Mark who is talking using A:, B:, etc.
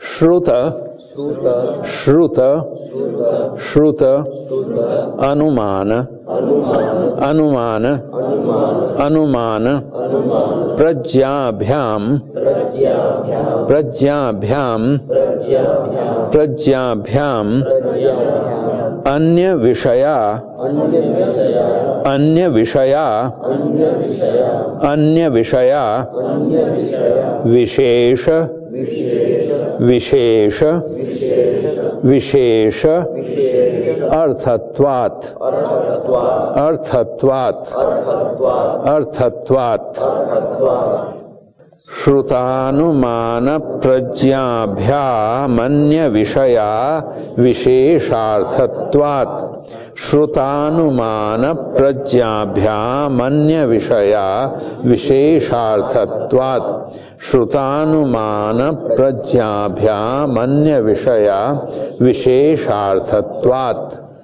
A: श्रुत श्रुत श्रुत अनुमान अनुमान अनुमान प्रज्ञाभ्याम प्रज्ञाभ्याम प्रज्ञाभ्याम अन्य विषया अन्य विषया अन्य विषया विशेष विशेष विशेष अर्थत्वात् अर्थत्वात् अर्थत्वात् श्रुतानुमान प्रज्ञाभ्यामन्य विषया विशेषार्थत्वात् श्रुतानुमान प्रज्ञाभ्यामन्य विषया विशेषार्थत्वात् श्रुतानुमान प्रज्ञाभ्यामन्य विषया विशेषार्थत्वात्